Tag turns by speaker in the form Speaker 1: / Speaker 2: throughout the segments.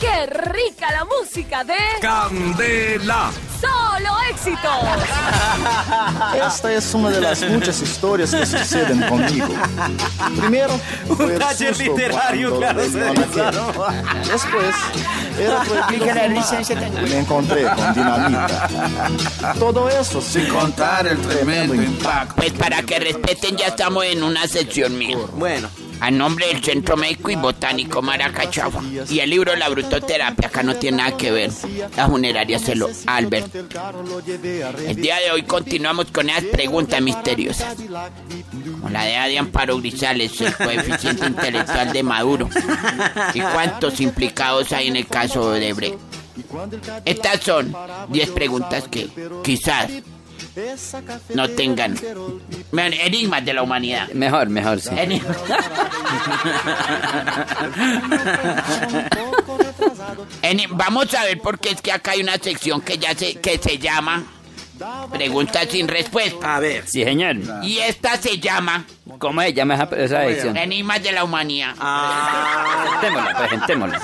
Speaker 1: qué rica la música de
Speaker 2: Candela.
Speaker 1: Solo Éxitos.
Speaker 3: Esta es una de las muchas historias que suceden conmigo. Primero, fue el
Speaker 4: taller
Speaker 3: susto
Speaker 4: literario,
Speaker 3: cuando
Speaker 4: claro,
Speaker 3: le
Speaker 4: se
Speaker 3: dio a la tierra. Después, era prohibido fumar. Me encontré con dinamita. Todo eso sin contar el tremendo impacto.
Speaker 5: Pues para que respeten, ya estamos en una sección mía.
Speaker 4: Bueno,
Speaker 5: A nombre del Centro Médico y Botánico Maracachagua. Y el libro La Brutoterapia, acá no tiene nada que ver. La funeraria se lo Albert. El día de hoy continuamos con esas preguntas misteriosas. Como la de Adrián Paro Grisales, el coeficiente intelectual de Maduro. ¿Y cuántos implicados hay en el caso de Brecht? Estas son 10 preguntas que quizás no tengan Vean, enigmas de la humanidad.
Speaker 6: Mejor, mejor, sí.
Speaker 5: Enigmas. Eni- Vamos a ver porque es que acá hay una sección que ya se, que se llama Preguntas sin respuesta.
Speaker 4: a ver.
Speaker 6: Sí, señor.
Speaker 5: Y esta se llama
Speaker 6: ¿Cómo se llama esa, esa edición?
Speaker 5: Enigmas de la humanidad.
Speaker 4: Ah,
Speaker 6: Presentémosla, presentémosla.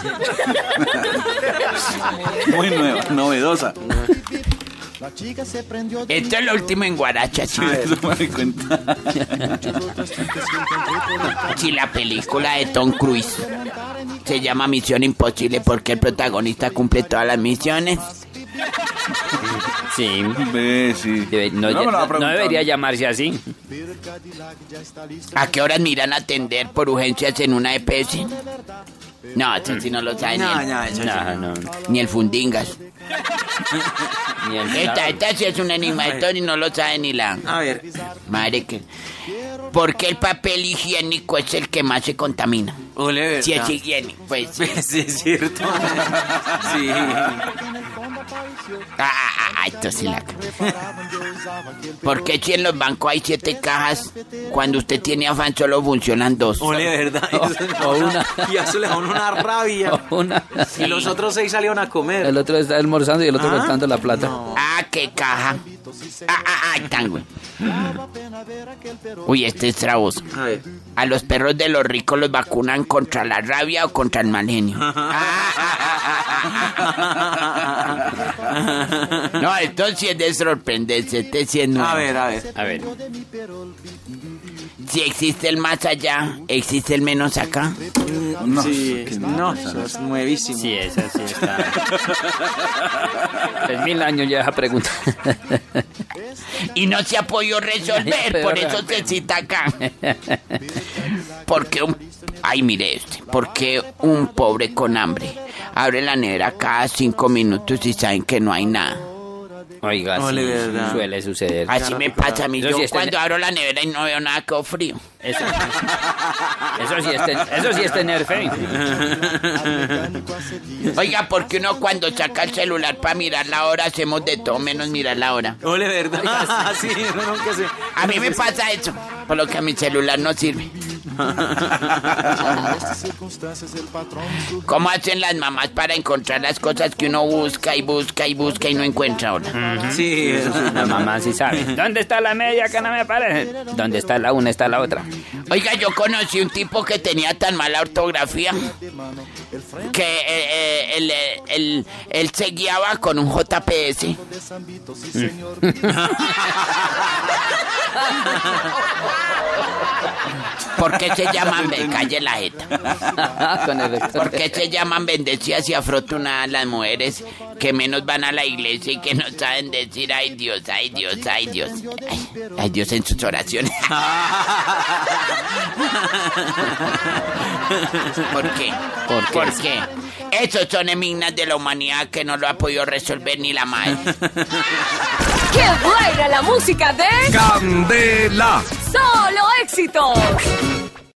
Speaker 2: Muy nueva, novedosa.
Speaker 5: Esto es lo último en Guaracha, sí.
Speaker 2: Eso me di cuenta.
Speaker 5: Si la película de Tom Cruise se llama Misión Imposible porque el protagonista cumple todas las misiones.
Speaker 6: Sí.
Speaker 2: Ve, sí.
Speaker 6: Debe- no,
Speaker 2: me lo va a
Speaker 6: no- no
Speaker 2: preguntar.
Speaker 6: debería llamarse así.
Speaker 5: ¿A qué horas miran a atender por urgencias en una EPS? No, eso sí no lo sabe ni,
Speaker 4: no,
Speaker 5: el,
Speaker 4: no, eso
Speaker 6: No, no.
Speaker 5: ni el Fundingas.
Speaker 6: Ni el-
Speaker 5: Esta, esta sí es un enigma, esto ni no lo sabe ni la
Speaker 4: sí. A ver.
Speaker 5: madre que... ¿Por qué el papel higiénico es el que más se contamina?
Speaker 4: Oliver.
Speaker 5: Si
Speaker 4: no.
Speaker 5: es higiénico, pues...
Speaker 4: Sí, sí, es cierto. Sí.
Speaker 5: Ah, ah, ah, esto sí la... ¿Por qué si en los bancos hay siete cajas, cuando usted tiene afán solo funcionan dos?
Speaker 4: Oliver, ¿verdad?
Speaker 6: o una.
Speaker 4: Y eso le da a uno una rabia.
Speaker 6: Una-
Speaker 4: Y los otros seis salieron a comer.
Speaker 6: El otro está almorzando y el otro
Speaker 4: Ah,
Speaker 6: contando la plata.
Speaker 5: Ah, qué caja. Ah, ah, ah, tango. Uy, este es traboso.
Speaker 4: A ver.
Speaker 5: A los perros de los ricos los vacunan contra la rabia o contra el mal genio. No, esto sí es de sorprenderse. Este sí es nuevo.
Speaker 4: A ver, a ver.
Speaker 6: A ver.
Speaker 5: Si existe el más allá, existe el menos acá.
Speaker 2: No,
Speaker 4: Sí.
Speaker 2: qué
Speaker 4: No, eso es nuevísimo.
Speaker 6: Sí, esa sí está. Tres mil años ya esa pregunta.
Speaker 5: Y no se ha podido resolver,
Speaker 6: Pero
Speaker 5: por eso se
Speaker 6: realmente.
Speaker 5: cita acá. Porque un... Ay, mire este. Porque un pobre con hambre abre la nevera cada cinco minutos y saben que no hay nada?
Speaker 6: Oiga, sí,
Speaker 4: Ole, verdad.
Speaker 6: suele suceder.
Speaker 5: Así me pasa a mí.
Speaker 6: Yo
Speaker 5: Yo
Speaker 6: sí estoy-
Speaker 5: cuando abro la nevera y no veo nada, quedo frío.
Speaker 6: Eso, eso sí es ten- eso sí es tener fe.
Speaker 5: Oiga, porque uno cuando saca el celular para mirar la hora, hacemos de todo menos mirar la hora.
Speaker 4: Ole, ¿verdad? Ah, Sí, uno nunca se...
Speaker 5: A mí me pasa eso, por lo que a mi celular no sirve. ¿Cómo hacen las mamás para encontrar las cosas que uno busca y busca y busca y no encuentra ahora?
Speaker 4: Sí,
Speaker 6: La mamá sí sabe. ¿Dónde está la media que no me aparece? ¿Dónde está la una? Está la otra.
Speaker 5: Oiga, yo conocí un tipo que tenía tan mala ortografía que eh, eh, él, eh, él- él se guiaba con un JPS. ¿Por qué se llaman? Me calle la jeta.
Speaker 6: Con el vector.
Speaker 5: ¿Por qué se llaman bendecidas y afrotunadas las mujeres que menos van a la iglesia y que no saben decir, ay Dios, ay Dios, ay Dios, ay, ay, Dios en sus oraciones? ¿Por qué? ¿Por qué? Esos son enigmas de la humanidad que no lo ha podido resolver ni la madre.
Speaker 1: ¡Qué buena la música de
Speaker 2: Candela.
Speaker 1: Solo Éxitos!